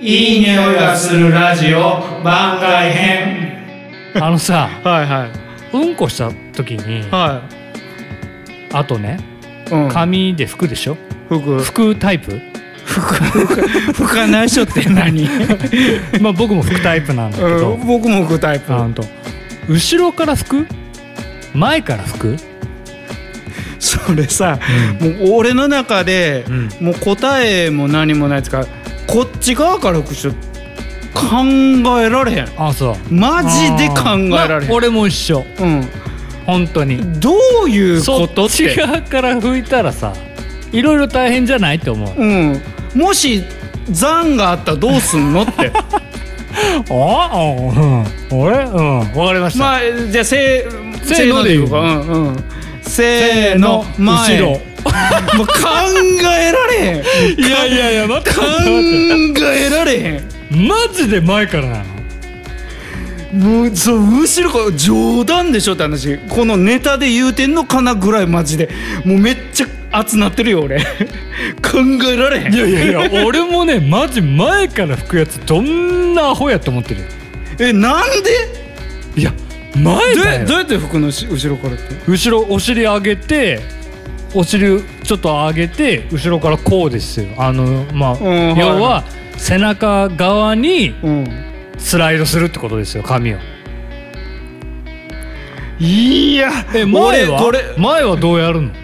いい匂いがするラジオ番外編あのさはいはいうんこした時にはあとねい、うん、紙で拭くでしょ服拭くタイプ服かないしょって何、 うまあ僕も拭くタイプなんだけど、ん、僕も服タイプあんと後ろから拭く前から拭く、それさ、もう俺の中で、もう答えも何もないですからこっち側から服しょ考えられへんあそうマジで考えられへん、まあ俺も一緒う本当にん、どういうことっそっちて側から拭いたらさいろいろ大変じゃないって思ううんもし残があったらどうすんのってああうん俺うんわかりました、まあじゃあせーせーので言せーので言ううかうんうんせーの前後ろもう考えられへんいやいやいや待って考待って待ってえられへんマジで前からなのもうそう後ろから冗談でしょって話このネタで言うてんのかなぐらいマジでもうめっちゃ熱なってるよ俺考えられへんいやいやいや俺もねマジ前から拭くやつどんなアホやと思ってるよえなんでいや前どうだやよどうやって服のし後ろからって後ろお尻上げてお尻ちょっと上げて後ろからこうですよあのまあ、ん要はいは背中側にうんスライドするってことですよ髪をいやえ前は俺前はどうやるのこ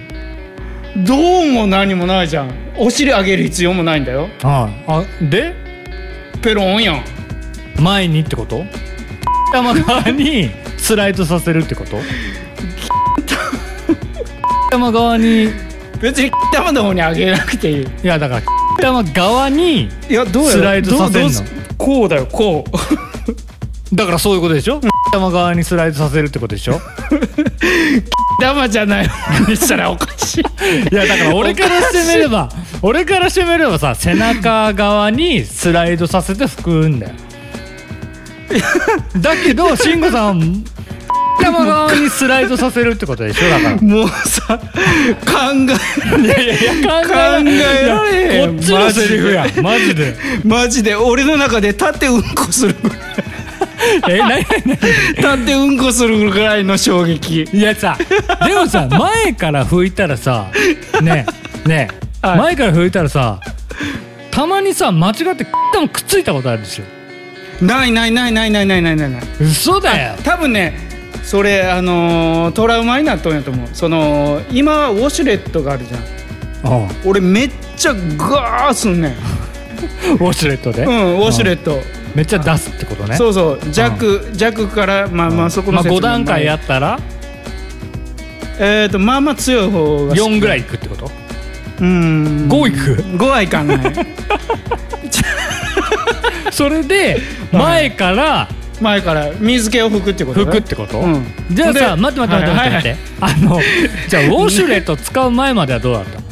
れどうも何もないじゃんお尻上げる必要もないんだよはいあでペロンやん前にってこと頭側にスライドさせるっ てこと頭側にい別に玉の方に上げなくていいやだから 頭側にいやどうやろどうどこうだよこう だからそういうことでし ょ頭側にスライドさせるってことで しょ玉じゃないのにしたらおかしいいやだから俺からしてみれば俺からしてみればさ背中側にスライドさせて拭くん だよだけど慎吾さん 頭側にスライドさせるってことでしょだか らもうさ考えいやいやいや考えられへん考えられへんこっちのセリフやマジでマジで俺の中で立ってうんこするぐらえ何何い何立ってうんこするぐらいの衝撃い やさでもさ前から拭いたらさねえねえ、はい前から拭いたらさたまにさ間違ってでもくっついたことあるんですよないないないないないないないないない嘘だよ多分ねそれあのートラウマになっとんやと思うその今ウォシュレットがあるじゃんうん俺めっちゃガーすんねんウォシュレットで、うんウォシュレットめっちゃ出すってことねそうそう弱弱からまあまあそこのまあ、説明5段階やっったらえっとまあまあ強い方が好き4ぐらいいくってこと うん5いく5はいかん ないそれで前から前から水気を拭くってこと拭だくってこと、うんじゃあさで待って待って待ってはい待って、あのじゃあウォシュレット使う前まではどうだったの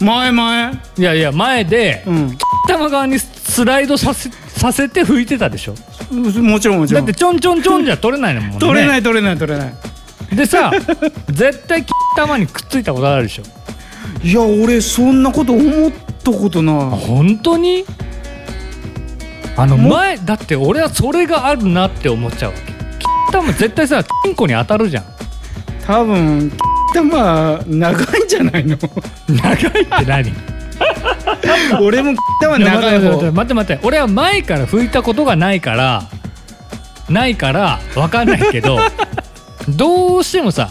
前前いやいや前で、うん頭側にスライドさせさせて拭いてたでしょもちろんもちだろっんてちょんちょんちょんじゃ取れないのもんね取れないい取れない取れないでさ絶対玉にくっついたことあるでしょいや俺そんなこと思ったことな本当にあのも前だって俺はそれがあるなって思っちゃうわけ玉絶対さチンコに当たるじゃんい多分玉長いんじゃない の長いって何俺も玉長いや待って方待って待って俺は前から拭いたことがないからないから分かんない けどどうしてもさ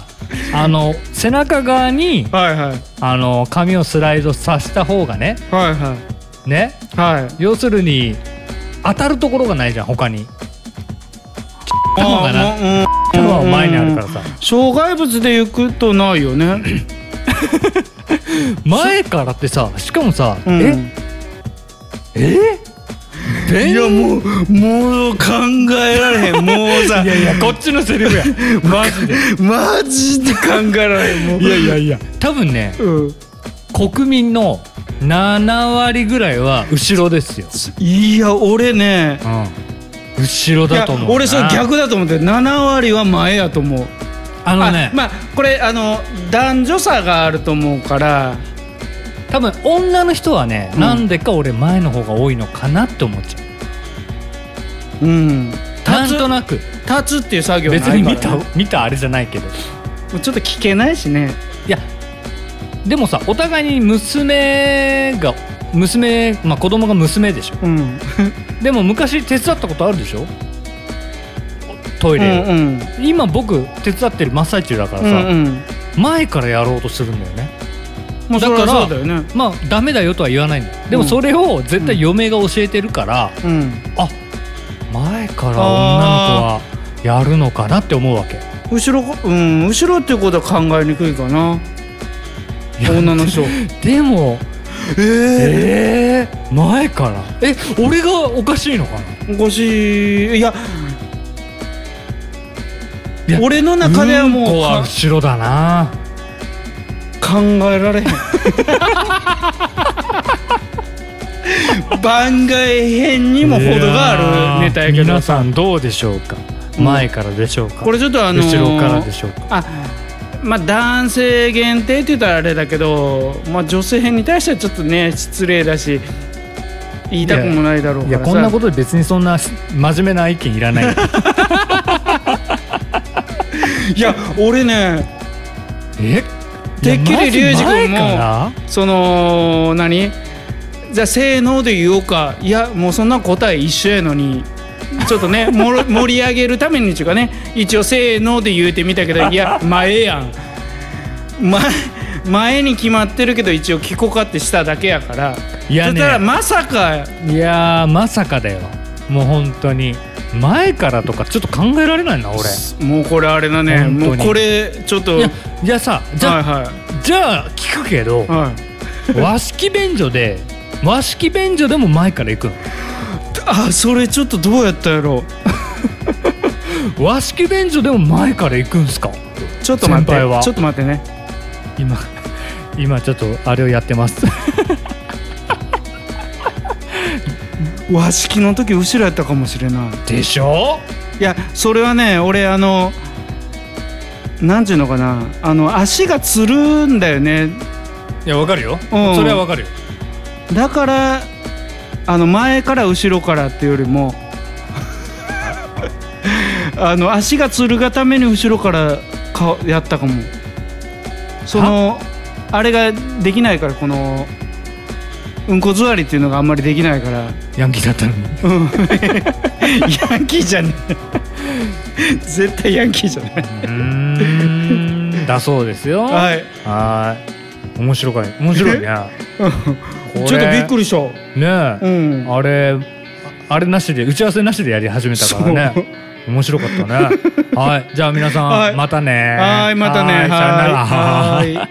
あの背中側にはいはいあの髪をスライドさせた方がねはいはねいはい要するに当たるところがないじゃん他に玉がなあうん玉は前にあるからさ障害物で行くとないよ ね前からってさしかもさ、うんえいやもうもう考えられへんもうさいやいやこっちのセリフやマジで マジで考えられへんもういやいやいや多分ねうん国民の7割ぐらいは後ろですよ、いや俺ねうん、後ろいだやと思うい俺それ逆だと思って7割は前やと思うあのねあまあこれあの男女差があると思うから多分女の人はね、うんなんでか俺前の方が多いのかなって思っちゃううんな立つんとなく立つっていう作業ない別からにね見たも見たあれじゃないけどうちょっと聞けないしねいやでもさお互いに娘が娘、まあ、子供が娘でしょうんでも昔手伝ったことあるでしょトイレを、うん今僕手伝ってる真っ最中だからうさ、んうん前からやろうとするんだよねもうそれだはからそうだよねまあダメだよとは言わないんだよでもそれを絶対嫁が教えてるから、うんあ前から女の子はやるのかなって思うわけ後ろこうん後ろっていうことは考えにくいかないや女 の人でもええー、前からえ俺がおかしいのかなえおかしいいやいや俺の中ではうんこもうはか後ろだな考えられへ ん番外編にも程があるネタやけいやー皆どさんどうでしょうかうん前からでしょうか、これちょっとあのー後ろからでしょうかあまあ男性限定って言ったらあれだけど、まあ、女性に対してはちょっとね失礼だし言いたくもないだろういかやらさこんなことで別にそんな真面目な意見いらない いや俺ねえてっきりいやマジリュウジ君も前からその何じゃあ性能で言おうかいやもうそんな答え一緒やのにちょっとねも ろ盛り上げるためにっていうかね一応性能で言うてみたけどいや前やん前前に決まってるけど一応聞こかってしただけやからいやねだったらまさかいやーまさかだよもう本当に前からとかちょっと考えられないな俺もうこれあれだね本当もにうこれちょっといはやいいやさじゃ,、はじゃあ聞くけどいはい和式便所で和式便所でも前から行くあそれちょっとどうやったやろうの和式便所でも前から行くんすかちょっと待って先輩はちょっと待ってね今今ちょっとあれをやってます和式の時後ろやったかもしれない でしょいやそれはね俺あのなんていうのかなあの足がつるんだよねいやわかるよ、うんそれはわかるよだからあの前から後ろからっていうよりも あの足がつるがために後ろからかやったかもそのあれができないからこのうんこ座りっていうのがあんまりできない からヤンキーだったのにうんヤンキーじゃねえ絶対ヤンキーじゃないうーんだそうですよははいいい面白い面白いね ちょこれっとびっくりした。ねえ、うん。あれあれなしで打ち合わせなしでやり始めたからね面白かったねはいじゃあ皆さん、はいまたねはい、またね。はいさよならはい。